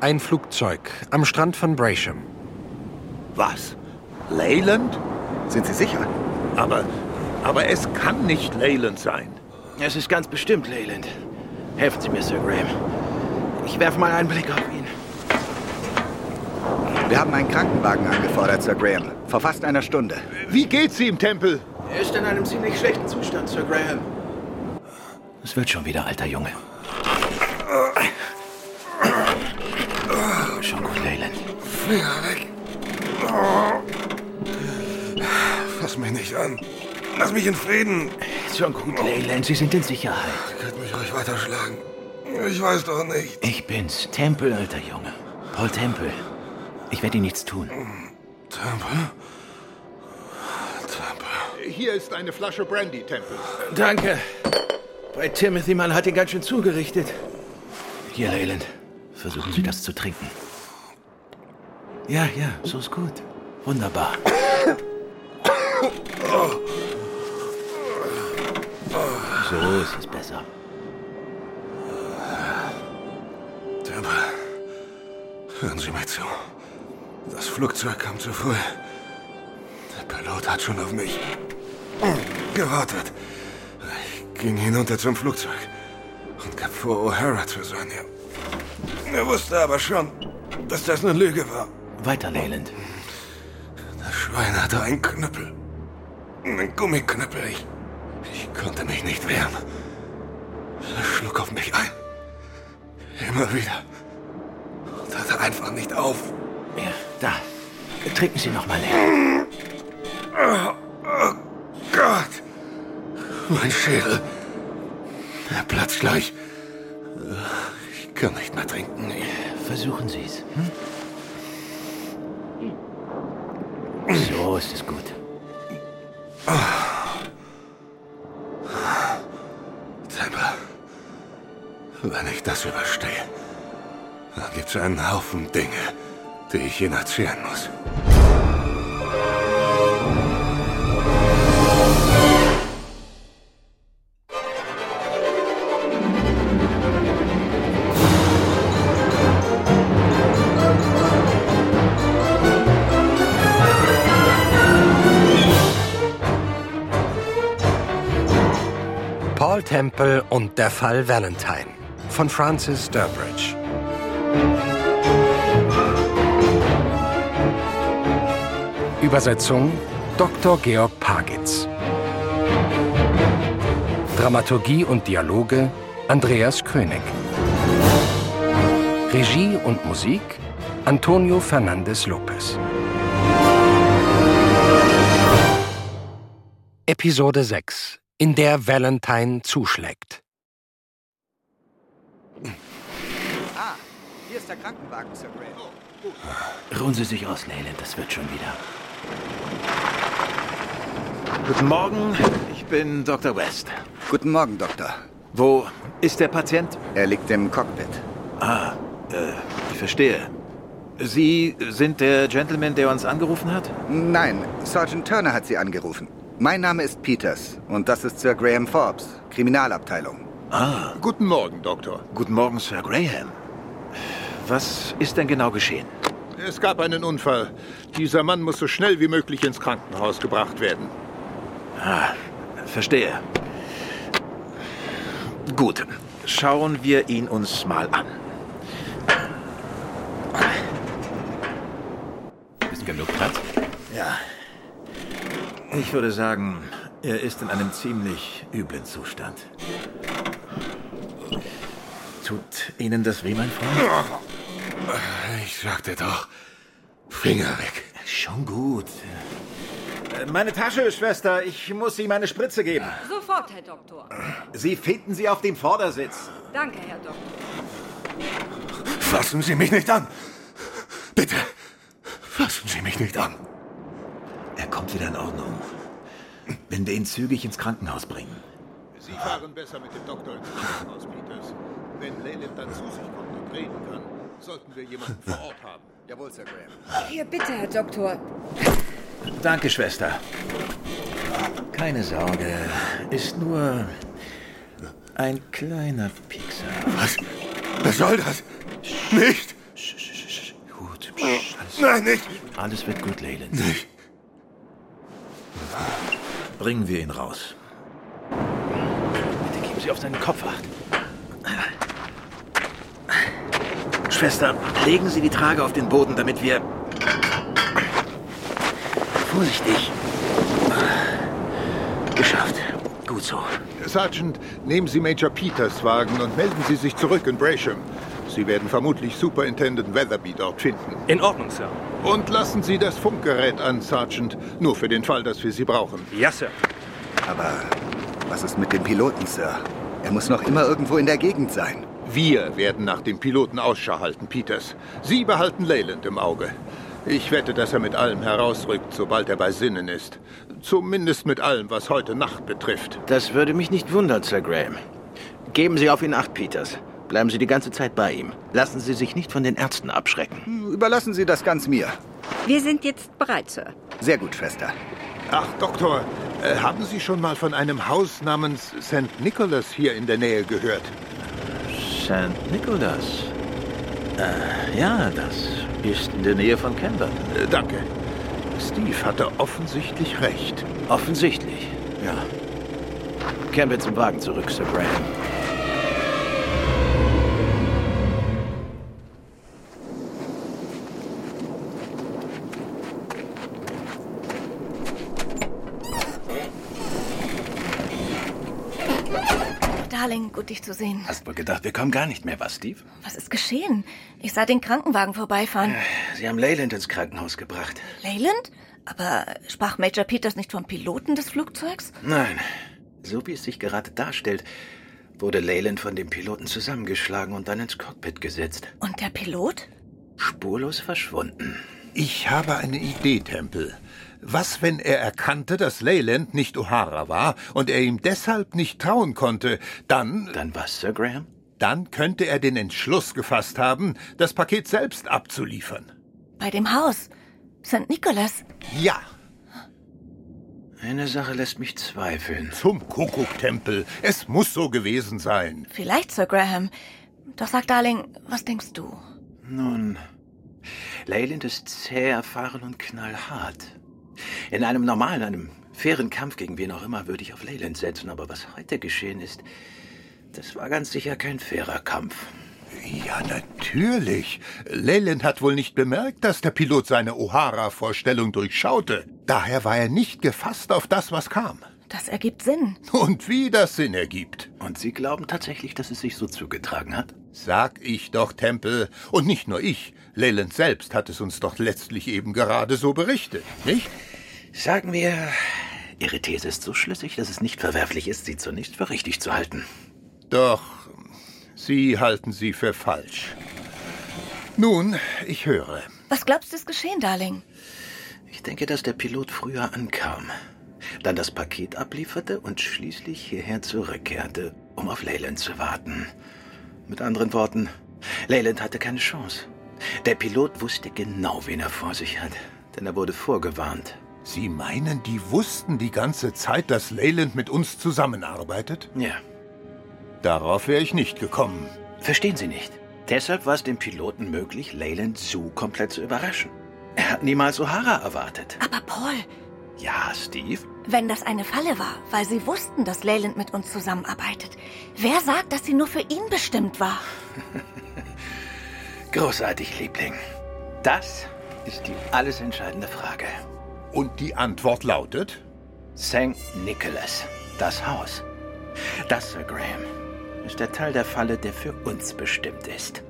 Ein Flugzeug am Strand von Brasham. Was? Leyland? Sind Sie sicher? Aber, aber es kann nicht Leyland sein. Es ist ganz bestimmt Leyland. Helfen Sie mir, Sir Graham. Ich werfe mal einen Blick auf ihn. Wir haben einen Krankenwagen angefordert, Sir Graham. Vor fast einer Stunde. Wie geht's ihm, Tempel? Er ist in einem ziemlich schlechten Zustand, Sir Graham. Es wird schon wieder, alter Junge. Schon gut, Leyland. Finger weg. Oh. Fass mich nicht an. Lass mich in Frieden. Ist schon gut, Leyland. Sie sind in Sicherheit. Ihr könnt mich ruhig weiterschlagen. Ich weiß doch nicht. Ich bin's. Tempel, alter Junge. Paul Tempel. Ich werde Ihnen nichts tun. Tempel? Tempel. Hier ist eine Flasche Brandy, Tempel. Danke. Bei Timothy, man hat ihn ganz schön zugerichtet. Hier, Leyland. Versuchen Sie das zu trinken. Ja, ja, so ist gut. Wunderbar. So ist es besser. Tempel. Hören Sie mir zu. Das Flugzeug kam zu früh. Der Pilot hat schon auf mich gewartet. Ich ging hinunter zum Flugzeug und gab vor, O'Hara zu sein. Er- Er wusste aber schon, dass das eine Lüge war. Weiter, Leyland. Das Schwein hatte einen Knüppel. Einen Gummiknüppel. Ich, ich konnte mich nicht wehren. Er schlug auf mich ein. Immer wieder. Und hörte einfach nicht auf. Ja, da. Trinken Sie nochmal, Leyland. Gott! Mein Schädel. Er platzt gleich. Ich kann nicht mehr trinken. Versuchen Sie es. Hm? So ist es gut. Temper. Wenn ich das überstehe, dann gibt's einen Haufen Dinge, die ich Ihnen erzählen muss. Paul Temple und der Fall Valentine von Francis Durbridge. Übersetzung Dr. Georg Pagitz. Dramaturgie und Dialoge Andreas König. Regie und Musik Antonio Fernandez Lopez. Episode 6, in der Valentine zuschlägt. Ah, hier ist der Krankenwagen, Sir Graham. Ruhen Sie sich aus, Leyland. Das wird schon wieder. Guten Morgen, ich bin Dr. West. Guten Morgen, Doktor. Wo ist der Patient? Er liegt im Cockpit. Ah, äh, Ich verstehe. Sie sind der Gentleman, der uns angerufen hat? Nein, Sergeant Turner hat Sie angerufen. Mein Name ist Peters und das ist Sir Graham Forbes, Kriminalabteilung. Guten Morgen, Doktor. Guten Morgen, Sir Graham. Was ist denn genau geschehen? Es gab einen Unfall. Dieser Mann muss so schnell wie möglich ins Krankenhaus gebracht werden. Verstehe. Gut, schauen wir ihn uns mal an. Ist genug Platz? Ich würde sagen, er ist in einem ziemlich üblen Zustand. Tut Ihnen das weh, mein Freund? Ich sagte doch, Finger weg. Schon gut. Meine Tasche, Schwester. Ich muss Sie meine Spritze geben. Sofort, Herr Doktor. Sie finden sie auf dem Vordersitz. Danke, Herr Doktor. Fassen Sie mich nicht an! Bitte! Fassen Sie mich nicht an! Er kommt wieder in Ordnung. Wenn wir ihn zügig ins Krankenhaus bringen. Sie fahren besser mit dem Doktor ins Krankenhaus, Peters. Wenn Leyland dann zu sich kommt und reden kann, sollten wir jemanden vor Ort haben. Jawohl, Sir Graham. Hier, bitte, Herr Doktor. Danke, Schwester. Keine Sorge. Ist nur ein kleiner Piekser. Was? Was soll das? Nicht! Nein, nicht! Alles wird gut, Leyland. Bringen wir ihn raus. Bitte geben Sie auf seinen Kopf acht. Schwester, legen Sie die Trage auf den Boden, damit wir... Vorsichtig. Geschafft. Gut so. Sergeant, nehmen Sie Major Peters Wagen und melden Sie sich zurück in Brasham. Sie werden vermutlich Superintendent Weatherby dort finden. In Ordnung, Sir. Und lassen Sie das Funkgerät an, Sergeant. Nur für den Fall, dass wir Sie brauchen. Ja, Sir. Aber was ist mit dem Piloten, Sir? Er muss noch immer irgendwo in der Gegend sein. Wir werden nach dem Piloten Ausschau halten, Peters. Sie behalten Leyland im Auge. Ich wette, dass er mit allem herausrückt, sobald er bei Sinnen ist. Zumindest mit allem, was heute Nacht betrifft. Das würde mich nicht wundern, Sir Graham. Geben Sie auf ihn acht, Peters. Bleiben Sie die ganze Zeit bei ihm. Lassen Sie sich nicht von den Ärzten abschrecken. Überlassen Sie das ganz mir. Wir sind jetzt bereit, Sir. Sehr gut, Schwester. Ach, Doktor, äh, haben Sie schon mal von einem Haus namens St. Nicholas hier in der Nähe gehört? St. Nicholas. Äh, ja, das ist in der Nähe von Canberra. Äh, danke. Steve hatte offensichtlich recht. Offensichtlich, ja. Kehren wir zum Wagen zurück, Sir Graham. Darling, gut dich zu sehen. Hast wohl gedacht, wir kommen gar nicht mehr, was, Steve? Was ist geschehen? Ich sah den Krankenwagen vorbeifahren. Sie haben Leyland ins Krankenhaus gebracht. Leyland? Aber sprach Major Peters nicht vom Piloten des Flugzeugs? Nein. So wie es sich gerade darstellt, wurde Leyland von dem Piloten zusammengeschlagen und dann ins Cockpit gesetzt. Und der Pilot? Spurlos verschwunden. Ich habe eine Idee, Tempel. Was, wenn er erkannte, dass Leyland nicht O'Hara war und er ihm deshalb nicht trauen konnte? Dann, Dann was, Sir Graham? dann könnte er den Entschluss gefasst haben, das Paket selbst abzuliefern. Bei dem Haus. St. Nicholas. Ja, Eine Sache lässt mich zweifeln. zum Kuckuck, Tempel. Es muss so gewesen sein. Vielleicht Sir Graham. Doch sag, Darling, was denkst du? Nun, Leyland ist zäh erfahren und knallhart. In einem normalen, einem fairen Kampf gegen wen auch immer würde ich auf Leyland setzen, aber was heute geschehen ist, das war ganz sicher kein fairer Kampf. Ja, natürlich. Leyland hat wohl nicht bemerkt, dass der Pilot seine O'Hara-Vorstellung durchschaute. Daher war er nicht gefasst auf das, was kam. Das ergibt Sinn. Und wie das Sinn ergibt. Und Sie glauben tatsächlich, dass es sich so zugetragen hat? Sag ich doch, Tempel. Und nicht nur ich. Leyland selbst hat es uns doch letztlich eben gerade so berichtet, nicht? Sagen wir, Ihre These ist so schlüssig, dass es nicht verwerflich ist, sie zunächst für richtig zu halten. Doch, Sie halten sie für falsch. Nun, ich höre. Was glaubst du ist geschehen, Darling? Ich denke, dass der Pilot früher ankam, dann das Paket ablieferte und schließlich hierher zurückkehrte, um auf Leyland zu warten. Mit anderen Worten, Leyland hatte keine Chance. Der Pilot wusste genau, wen er vor sich hat, denn er wurde vorgewarnt. Sie meinen, die wussten die ganze Zeit, dass Leyland mit uns zusammenarbeitet? Ja, Darauf wäre ich nicht gekommen. verstehen Sie nicht. Deshalb war es dem Piloten möglich, Leyland so komplett zu überraschen. Er hat niemals O'Hara erwartet. Aber Paul, Ja, Steve? wenn das eine Falle war, weil sie wussten, dass Leyland mit uns zusammenarbeitet, wer sagt, dass sie nur für ihn bestimmt war? Großartig, Liebling. Das ist die alles entscheidende Frage. Und die Antwort lautet? St. Nicholas, das Haus. Das, Sir Graham, ist der Teil der Falle, der für uns bestimmt ist.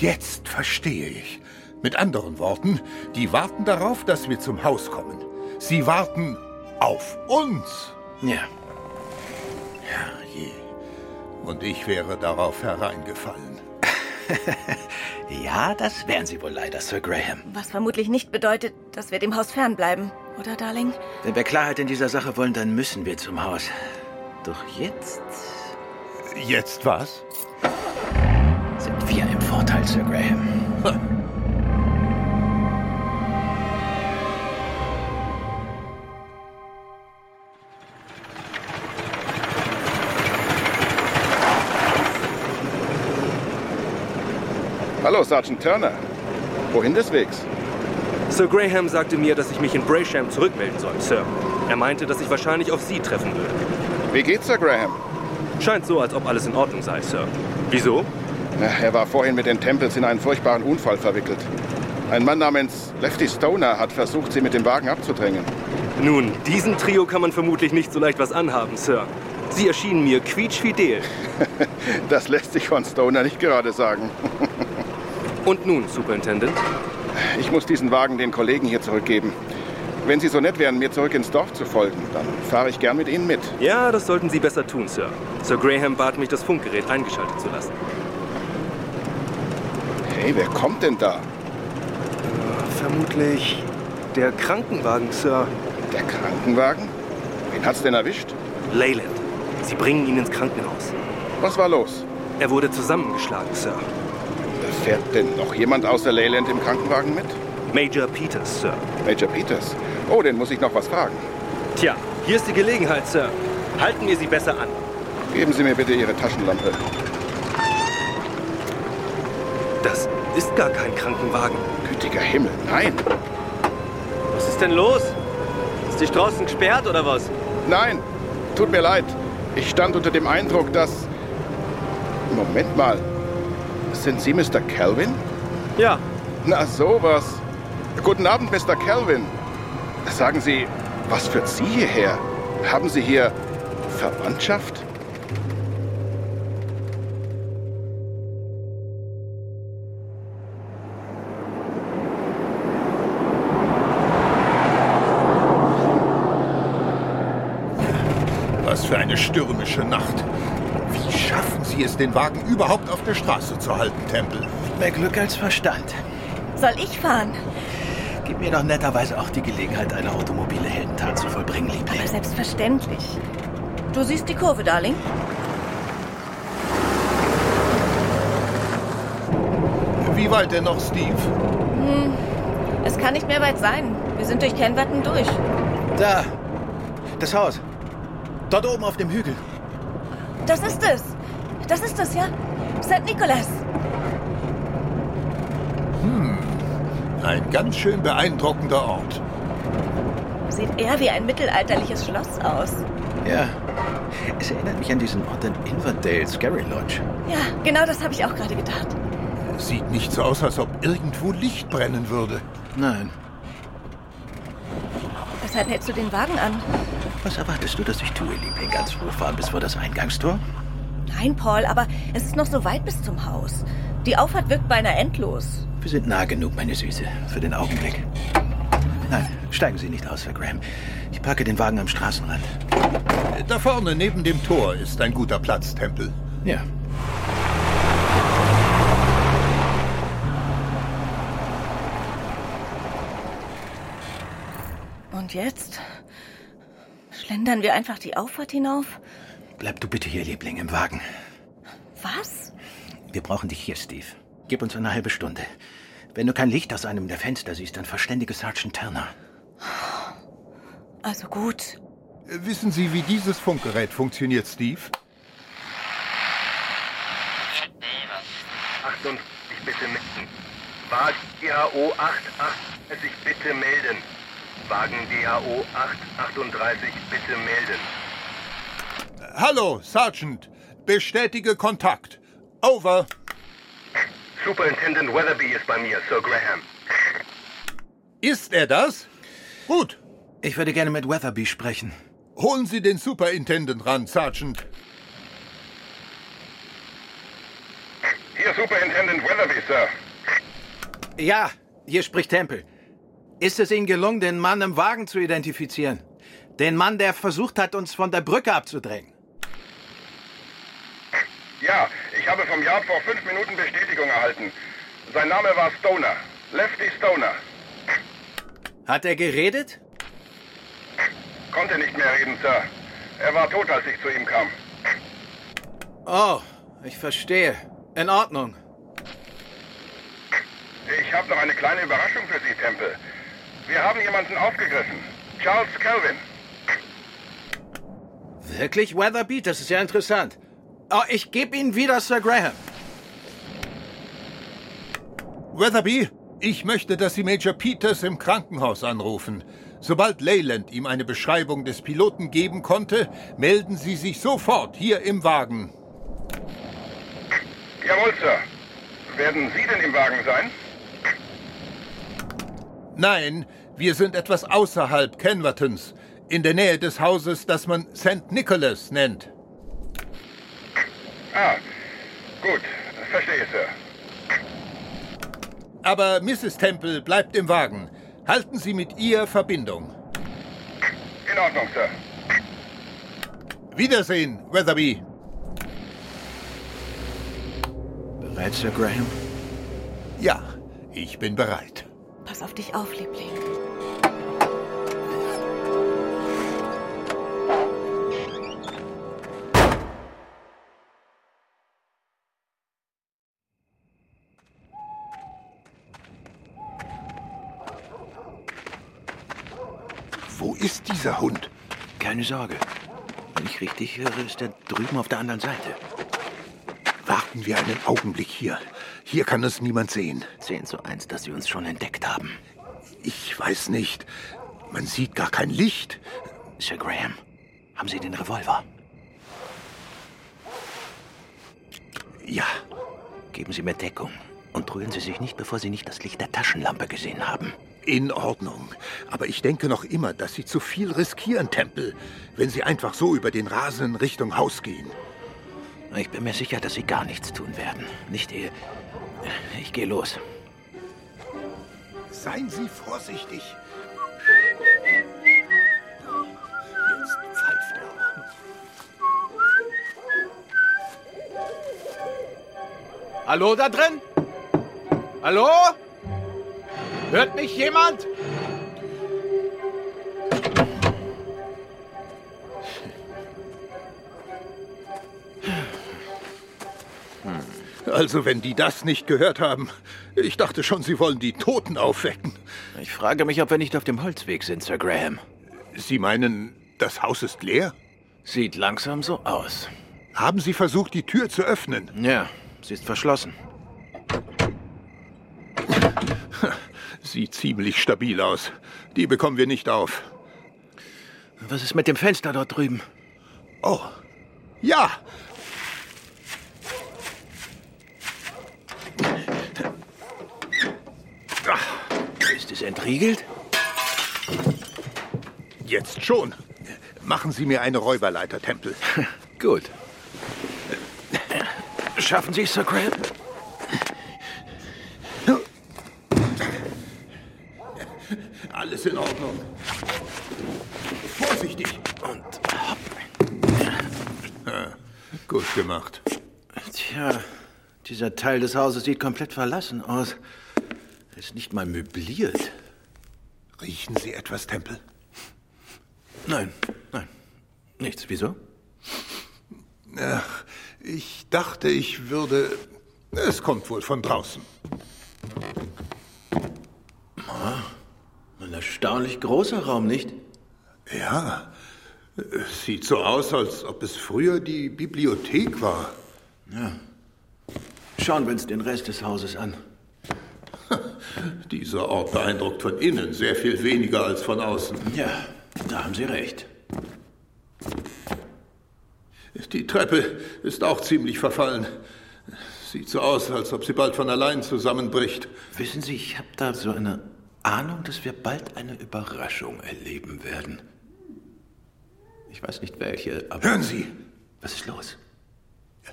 Jetzt verstehe ich. Mit anderen Worten, die warten darauf, dass wir zum Haus kommen. Sie warten auf uns. Ja, Herrje. Und ich wäre darauf hereingefallen. ja, das wären Sie wohl leider, Sir Graham. Was vermutlich nicht bedeutet, dass wir dem Haus fernbleiben, oder, Darling? Wenn wir Klarheit in dieser Sache wollen, dann müssen wir zum Haus. Doch jetzt Jetzt was? sind wir im Vorteil, Sir Graham. Hallo, Sergeant Turner. Wohin des Wegs? Sir Graham sagte mir, dass ich mich in Braysham zurückmelden soll, Sir. Er meinte, dass ich wahrscheinlich auf Sie treffen würde. Wie geht's, Sir Graham? Scheint so, als ob alles in Ordnung sei, Sir. Wieso? Na, er war vorhin mit den Tempels in einen furchtbaren Unfall verwickelt. Ein Mann namens Lefty Stoner hat versucht, sie mit dem Wagen abzudrängen. Nun, diesem Trio kann man vermutlich nicht so leicht was anhaben, Sir. Sie erschienen mir quietschfidel. das lässt sich von Stoner nicht gerade sagen. Und nun, Superintendent? Ich muss diesen Wagen den Kollegen hier zurückgeben. Wenn Sie so nett wären, mir zurück ins Dorf zu folgen, dann fahre ich gern mit Ihnen mit. Ja, das sollten Sie besser tun, Sir. Sir Graham bat mich, das Funkgerät eingeschaltet zu lassen. Hey, wer kommt denn da? Vermutlich der Krankenwagen, Sir. Der Krankenwagen? Wen hat's denn erwischt? Leyland. Sie bringen ihn ins Krankenhaus. Was war los? Er wurde zusammengeschlagen, Sir. Fährt denn noch jemand außer Leyland im Krankenwagen mit? Major Peters, Sir. Major Peters? Oh, den muss ich noch was fragen. Tja, hier ist die Gelegenheit, Sir. Halten wir sie besser an. Geben Sie mir bitte Ihre Taschenlampe. Das ist gar kein Krankenwagen. Gütiger Himmel, nein. Was ist denn los? Ist die Straßen gesperrt oder was? Nein, tut mir leid. Ich stand unter dem Eindruck, dass... Moment mal. Sind Sie Mr. Calvin? Ja. Na sowas. Guten Abend, Mr. Calvin. Sagen Sie, was führt Sie hierher? Haben Sie hier Verwandtschaft? Was für eine stürmische Nacht. Wie schaffen Sie es, den Wagen überhaupt auf der Straße zu halten, Tempel? Mehr Glück als Verstand. Soll ich fahren? Gib mir doch netterweise auch die Gelegenheit, eine automobile Heldentat zu vollbringen, Liebling. Aber selbstverständlich. Du siehst die Kurve, Darling. Wie weit denn noch, Steve? Hm, es kann nicht mehr weit sein. Wir sind durch Kenwatten durch. Da. Das Haus. Dort oben auf dem Hügel. Das ist es. Das ist es, ja? St. Nicholas. Hm, ein ganz schön beeindruckender Ort. Sieht eher wie ein mittelalterliches Schloss aus. Ja. Es erinnert mich an diesen Ort in Inverdale, Scary Lodge. Ja, genau das habe ich auch gerade gedacht. Sieht nicht so aus, als ob irgendwo Licht brennen würde. Nein. Weshalb hältst du den Wagen an? Was erwartest du, dass ich tue, Liebling? Ganz ruhig fahren bis vor das Eingangstor? Nein, Paul, aber es ist noch so weit bis zum Haus. Die Auffahrt wirkt beinahe endlos. Wir sind nah genug, meine Süße, für den Augenblick. Nein, steigen Sie nicht aus, Sir Graham. Ich packe den Wagen am Straßenrand. Da vorne neben dem Tor ist ein guter Platz, Tempel. Ja. Und jetzt schlendern wir einfach die Auffahrt hinauf. Bleib du bitte hier, Liebling, im Wagen. Was? Wir brauchen dich hier, Steve. Gib uns eine halbe Stunde. Wenn du kein Licht aus einem der Fenster siehst, dann verständige Sergeant Turner. Also gut. Wissen Sie, wie dieses Funkgerät funktioniert, Steve? Achtung, ich bitte melden. Wagen GAO 838, bitte melden. Wagen GAO 838, bitte melden. Hallo, Sergeant. Bestätige Kontakt. Over. Superintendent Weatherby ist bei mir, Sir Graham. Ist er das? Gut. Ich würde gerne mit Weatherby sprechen. Holen Sie den Superintendent ran, Sergeant. Hier Superintendent Weatherby, Sir. Ja, hier spricht Temple. Ist es Ihnen gelungen, den Mann im Wagen zu identifizieren? Den Mann, der versucht hat, uns von der Brücke abzudrängen? Ja, ich habe vom Yard vor fünf Minuten Bestätigung erhalten. Sein Name war Stoner. Lefty Stoner. Hat er geredet? Konnte nicht mehr reden, Sir. Er war tot, als ich zu ihm kam. Oh, ich verstehe. In Ordnung. Ich habe noch eine kleine Überraschung für Sie, Temple. Wir haben jemanden aufgegriffen. Charles Calvin. Wirklich, Weatherby? Das ist ja interessant. Oh, ich gebe ihn wieder Sir Graham. Weatherby, Ich möchte, dass Sie Major Peters im Krankenhaus anrufen. Sobald Leyland ihm eine Beschreibung des Piloten geben konnte, melden Sie sich sofort hier im Wagen. Jawohl, Sir. Werden Sie denn im Wagen sein? Nein, wir sind etwas außerhalb Kenvertons, in der Nähe des Hauses, das man St. Nicholas nennt. Ah, gut. Verstehe, Sir. Aber Mrs. Temple bleibt im Wagen. Halten Sie mit ihr Verbindung. In Ordnung, Sir. Wiedersehen, Weatherby. Bereit, Sir Graham? Ja, ich bin bereit. Pass auf dich auf, Liebling. Wo ist dieser Hund? Keine Sorge. Wenn ich richtig höre, ist er drüben auf der anderen Seite. Warten wir einen Augenblick hier. Hier kann uns niemand sehen. 10 zu 1, dass sie uns schon entdeckt haben. Ich weiß nicht. Man sieht gar kein Licht. Sir Graham, haben Sie den Revolver? Ja. Geben Sie mir Deckung und rühren Sie sich nicht, bevor Sie nicht das Licht der Taschenlampe gesehen haben. In Ordnung. Aber ich denke noch immer, dass Sie zu viel riskieren, Tempel, wenn Sie einfach so über den Rasen Richtung Haus gehen. Ich bin mir sicher, dass Sie gar nichts tun werden. Nicht ehe. Ich gehe los. Seien Sie vorsichtig. Jetzt pfeift er. Hallo da drin? Hallo? Hört mich jemand? Also, wenn die das nicht gehört haben. Ich dachte schon, sie wollen die Toten aufwecken. Ich frage mich, ob wir nicht auf dem Holzweg sind, Sir Graham. Sie meinen, das Haus ist leer? Sieht langsam so aus. Haben Sie versucht, die Tür zu öffnen? Ja, sie ist verschlossen. Sieht ziemlich stabil aus. Die bekommen wir nicht auf. Was ist mit dem Fenster dort drüben? Oh, ja, Ist es entriegelt? Jetzt schon. Machen Sie mir eine Räuberleiter, Tempel. Gut. Schaffen Sie es, Sir Graham? Alles in Ordnung. Vorsichtig. Und hopp. Ah, gut gemacht. Tja, dieser Teil des Hauses sieht komplett verlassen aus. Ist nicht mal möbliert. Riechen Sie etwas, Tempel? Nein, nein. Nichts. Wieso? Ach, ich dachte, ich würde. Es kommt wohl von draußen. Ein erstaunlich großer Raum, nicht? Ja. Es sieht so aus, als ob es früher die Bibliothek war. Ja. Schauen wir uns den Rest des Hauses an. Dieser Ort beeindruckt von innen sehr viel weniger als von außen. Ja, da haben Sie recht. Die Treppe ist auch ziemlich verfallen. Sieht so aus, als ob sie bald von allein zusammenbricht. Wissen Sie, ich habe da so eine Ahnung, dass wir bald eine Überraschung erleben werden. Ich weiß nicht welche, aber. Hören Sie! Was ist los?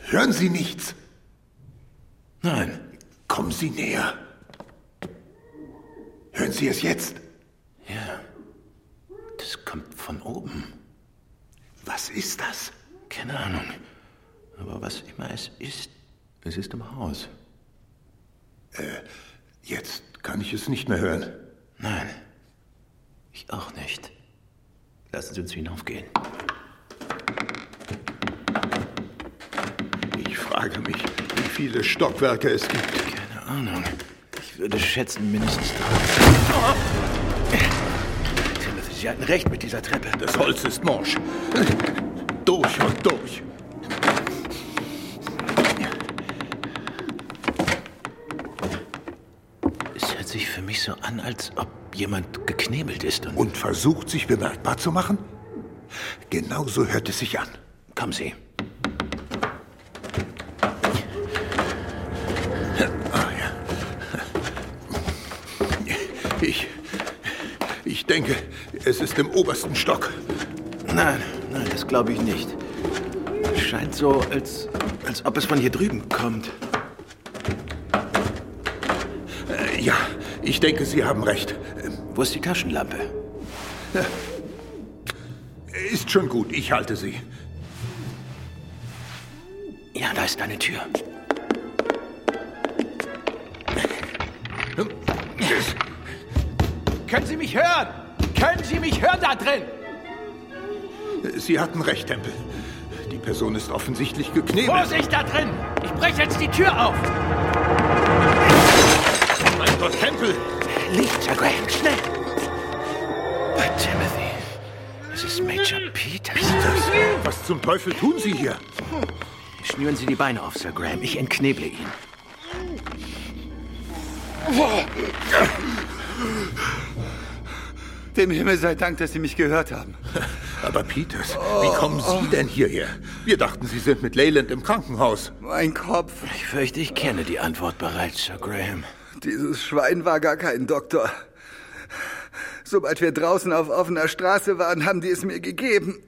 Hören Sie nichts! Nein. Kommen Sie näher! Hören Sie es jetzt? Ja. Das kommt von oben. Was ist das? Keine Ahnung. Aber was immer es ist, es ist im Haus. Jetzt kann ich es nicht mehr hören. Nein. Ich auch nicht. Lassen Sie uns hinaufgehen. Ich frage mich, wie viele Stockwerke es gibt. Keine Ahnung. Ich würde schätzen, mindestens drei. Timothy, Sie hatten recht mit dieser Treppe. Das Holz ist morsch. Durch und durch. Ist er fühlt sich für mich so an, als ob jemand geknebelt ist und... Und versucht, sich bemerkbar zu machen? Genauso hört es sich an. Kommen Sie. Ich. Ich denke, es ist im obersten Stock. Nein, nein, das glaube ich nicht. Es Scheint so, als, als ob es von hier drüben kommt. Äh, ja, ich denke, Sie haben recht. Wo ist die Taschenlampe? Äh, Ist schon gut, ich halte sie. Ja, da ist eine Tür. Hm? Können Sie mich hören? Können Sie mich hören da drin? Äh, Sie hatten recht, Tempel. Die Person ist offensichtlich geknebelt. Vorsicht da drin! Ich breche jetzt die Tür auf! Mein Gott, Tempel! Licht, Herr Graham, schnell! Bei Timothy. Es ist Major Peters. Das, was zum Teufel tun Sie hier? Schnüren Sie die Beine auf, Sir Graham. Ich entkneble ihn. Dem Himmel sei Dank, dass Sie mich gehört haben. Aber Peters, wie kommen Sie denn hierher? Wir dachten, Sie sind mit Leyland im Krankenhaus. Mein Kopf. Ich fürchte, ich kenne die Antwort bereits, Sir Graham. Dieses Schwein war gar kein Doktor. Sobald wir draußen auf offener Straße waren, haben die es mir gegeben.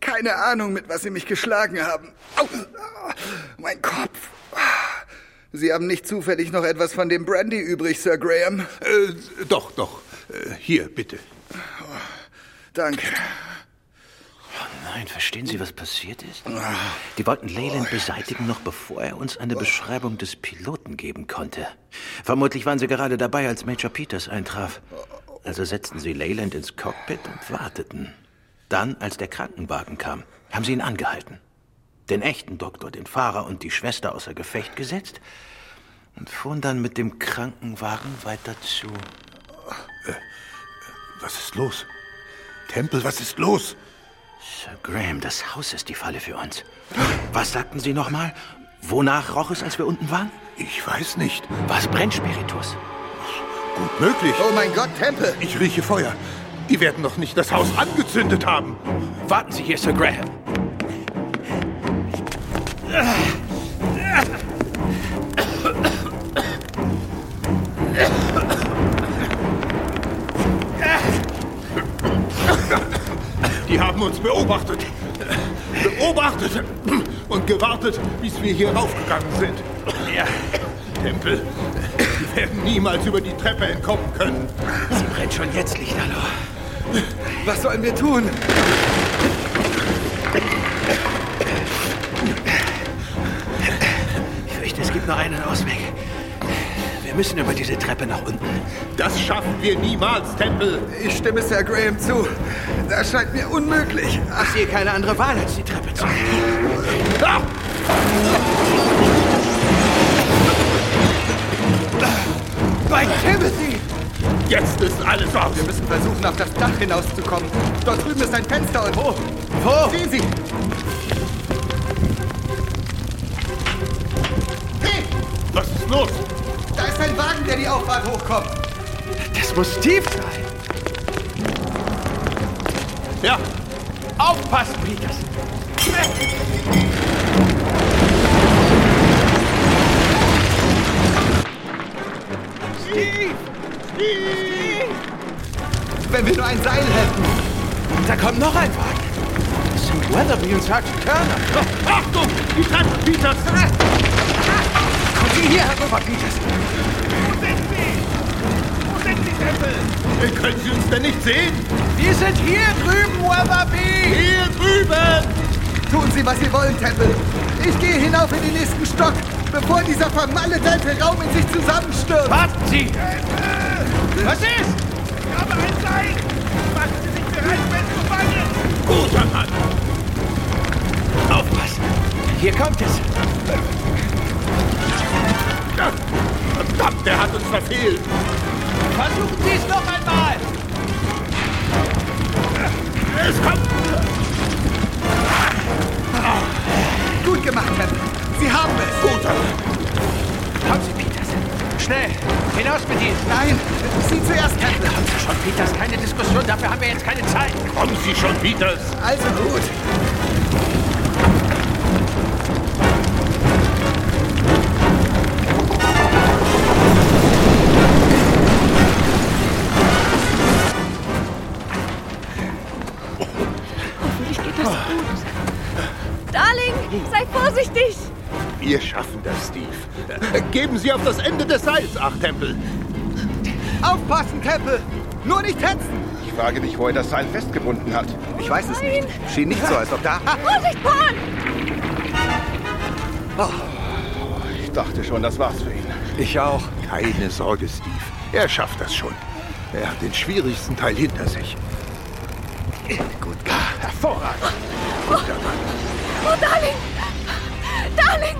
Keine Ahnung, mit was sie mich geschlagen haben. Au! Mein Kopf. Sie haben nicht zufällig noch etwas von dem Brandy übrig, Sir Graham? Äh, doch, doch. Äh, hier, bitte. Danke. Nein, verstehen Sie, was passiert ist? Die wollten Leyland beseitigen, noch bevor er uns eine Beschreibung des Piloten geben konnte. Vermutlich waren sie gerade dabei, als Major Peters eintraf. Also setzten sie Leyland ins Cockpit und warteten. Dann, als der Krankenwagen kam, haben sie ihn angehalten. Den echten Doktor, den Fahrer und die Schwester außer Gefecht gesetzt und fuhren dann mit dem Krankenwagen weiter zu. Was ist los? Tempel, was ist los? Sir Graham, das Haus ist die Falle für uns. Was sagten Sie nochmal? Wonach roch es, als wir unten waren? Ich weiß nicht. Was Brennspiritus? Gut möglich. Oh mein Gott, Tempel! Äh, Ich rieche Feuer. Die werden doch nicht das Haus angezündet haben. Warten Sie hier, Sir Graham. Die haben uns beobachtet. Beobachtet und gewartet, bis wir hier raufgegangen sind. Ja, Tempel, die werden niemals über die Treppe entkommen können. sie brennt schon jetzt, Lichterloh. Was sollen wir tun? Ich fürchte, es gibt nur einen Ausweg. Wir müssen über diese Treppe nach unten. Das schaffen wir niemals, Tempel. Ich stimme Sir Graham zu. Das scheint mir unmöglich. Ich sehe keine andere Wahl, als die Treppe zu gehen. Ah! Bei Timothy! Jetzt ist alles aus. Wir müssen versuchen, auf das Dach hinauszukommen. Dort drüben ist ein Fenster und... Wo? Wo? Sehen Sie! Hey, Was ist los? da ist ein Wagen, der die Auffahrt hochkommt. Das muss tief sein. Ja, Aufpassen, Peters. Wenn wir nur ein Seil hätten. Da kommt noch ein Wagen. Das sind Weatherby und Sergeant Turner. Oh, Achtung! Die Treppe, Peters! Kommen Sie hier herüber, Peters. Können Sie uns denn nicht sehen? Wir sind hier drüben, Weatherby. Hier drüben! Tun Sie, was Sie wollen, Temple. Ich gehe hinauf in den nächsten Stock, bevor dieser vermaledeite Raum in sich zusammenstürzt. Warten Sie. Was ist? Guter Mann! Aufpassen. Hier kommt es. Ja, Verdammt, der hat uns verfehlt! Versuchen Sie es noch einmal. Es kommt! Gut gemacht, Temple. Sie haben es. Guter Mann! Kommen Sie, Peters. Schnell! Hinaus mit Ihnen! Nein! Sie zuerst, Captain! Kommen Sie schon, Peters! Keine Diskussion, dafür haben wir jetzt keine Zeit! Kommen Sie schon, Peters! Also gut! Hoffentlich geht das gut. Darling, sei vorsichtig! Wir schaffen das, Steve. Äh, Geben Sie auf das Ende des Seils acht, Tempel. Aufpassen, Tempel! Nur nicht hetzen! Ich frage mich, wo er das Seil festgebunden hat. Ich weiß es nicht. Schien nicht so, als ob da... Vorsicht, Paul! Oh, Ich dachte schon, das war's für ihn. Ich auch. Keine Sorge, Steve. Er schafft das schon. Er hat den schwierigsten Teil hinter sich. Ah, Gut, hervorragend. Oh, Darling! Darling!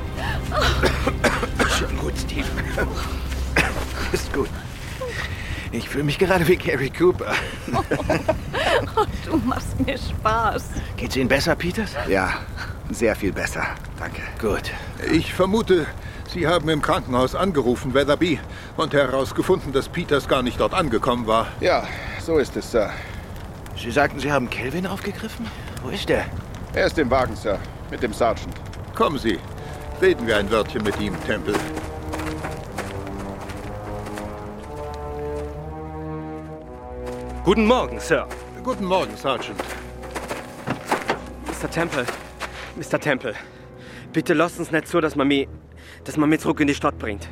Schon gut, Steve. Ist gut. Ich fühle mich gerade wie Gary Cooper. Oh, du machst mir Spaß. Geht's Ihnen besser, Peters? Ja, sehr viel besser. Danke. Gut. Ich vermute, Sie haben im Krankenhaus angerufen, Weatherby, und herausgefunden, dass Peters gar nicht dort angekommen war. Ja, so ist es, Sir. Sie sagten, Sie haben Kelvin aufgegriffen? Wo ist er? Er ist im Wagen, Sir. Mit dem Sergeant. Kommen Sie. Reden wir ein Wörtchen mit ihm, Tempel. Guten Morgen, Sir. Guten Morgen, Sergeant. Mr. Temple, Mr. Temple, bitte lasst uns nicht so, dass man mich, dass man mich zurück in die Stadt bringt.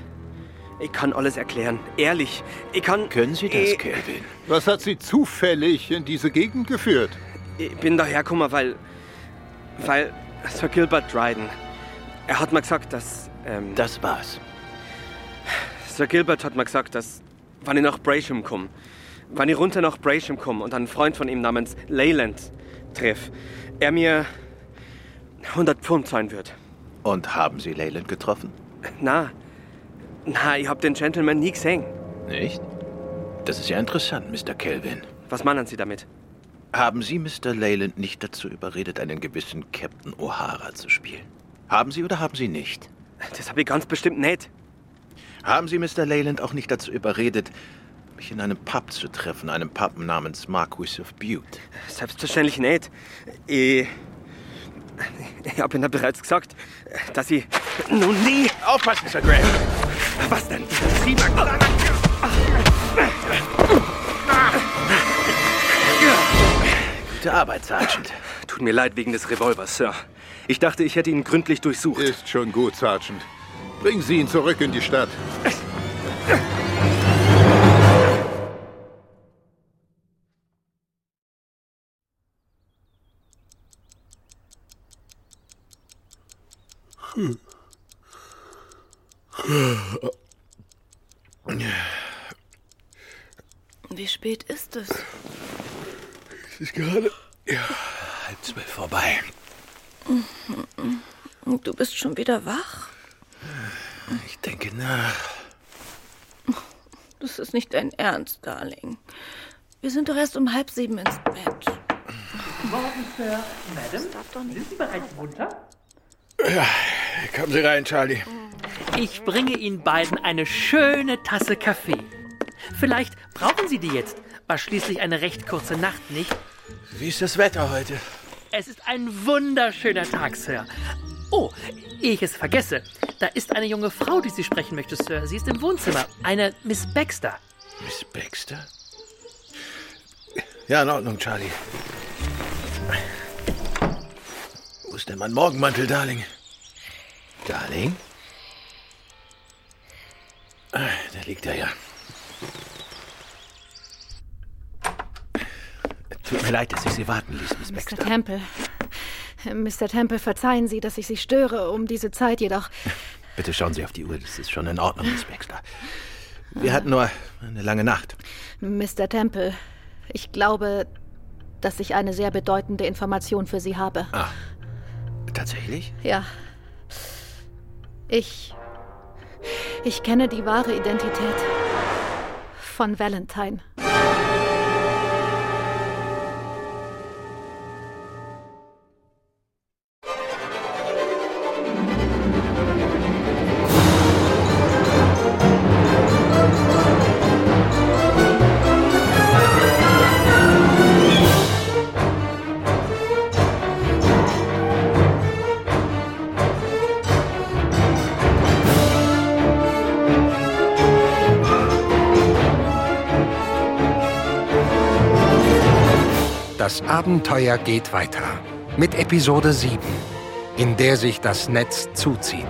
Ich kann alles erklären, ehrlich. Ich kann. Können Sie das, ich, Kelvin? Was hat Sie zufällig in diese Gegend geführt? Ich bin dahergekommen, weil, weil Sir Gilbert Dryden. Er hat mir gesagt, dass ähm, Das war's. Sir Gilbert hat mir gesagt, dass, wenn ich nach Brasham komme, wenn ich runter nach Brasham komme und einen Freund von ihm namens Leyland treffe, er mir 100 Pfund zahlen wird. Und haben Sie Leyland getroffen? Na, na, ich hab den Gentleman nie gesehen. Nicht? Das ist ja interessant, Mr. Kelvin. Was meinen Sie damit? Haben Sie Mr. Leyland nicht dazu überredet, einen gewissen Captain O'Hara zu spielen? Haben Sie oder haben Sie nicht? Das habe ich ganz bestimmt nicht. Haben Sie Mr. Leyland auch nicht dazu überredet, mich in einem Pub zu treffen, einem Pub namens Marquis of Butte? Selbstverständlich nicht. Ich, ich habe Ihnen bereits gesagt, dass ich nun nie... Aufpassen, Sir Graham! Was denn? Sie mag Gute Arbeit, Sergeant. Tut mir leid wegen des Revolvers, Sir. Ich dachte, ich hätte ihn gründlich durchsucht. Ist schon gut, Sergeant. Bringen Sie ihn zurück in die Stadt. Wie spät ist es? Es ist gerade ja, halb zwölf vorbei. Mhm. Du bist schon wieder wach. Ich denke nach. Das ist nicht dein Ernst, Darling. Wir sind doch erst um halb sieben ins Bett. Morgen, Sir. Madam, sind Sie bereits runter? Ja, kommen Sie rein, Charlie. Ich bringe Ihnen beiden eine schöne Tasse Kaffee. Vielleicht brauchen Sie die jetzt. War schließlich eine recht kurze Nacht, nicht? Wie ist das Wetter heute? Es ist ein wunderschöner Tag, Sir. Oh, ehe ich es vergesse, da ist eine junge Frau, die Sie sprechen möchte, Sir. Sie ist im Wohnzimmer. Eine Miss Baxter. Miss Baxter? Ja, in Ordnung, Charlie. Wo ist denn mein Morgenmantel, Darling? Darling? Ah, da liegt er ja. Tut mir leid, dass ich Sie warten ließ, Miss Mr. Baxter. Temple. Mr. Temple, verzeihen Sie, dass ich Sie störe um diese Zeit, jedoch Bitte schauen Sie auf die Uhr, das ist schon in Ordnung, Miss Baxter. Wir hatten nur eine lange Nacht. Mr. Temple, ich glaube, dass ich eine sehr bedeutende Information für Sie habe. Ah, tatsächlich? Ja. Ich. Ich kenne die wahre Identität von Valentine. Das Abenteuer geht weiter mit Episode 7, in der sich das Netz zuzieht.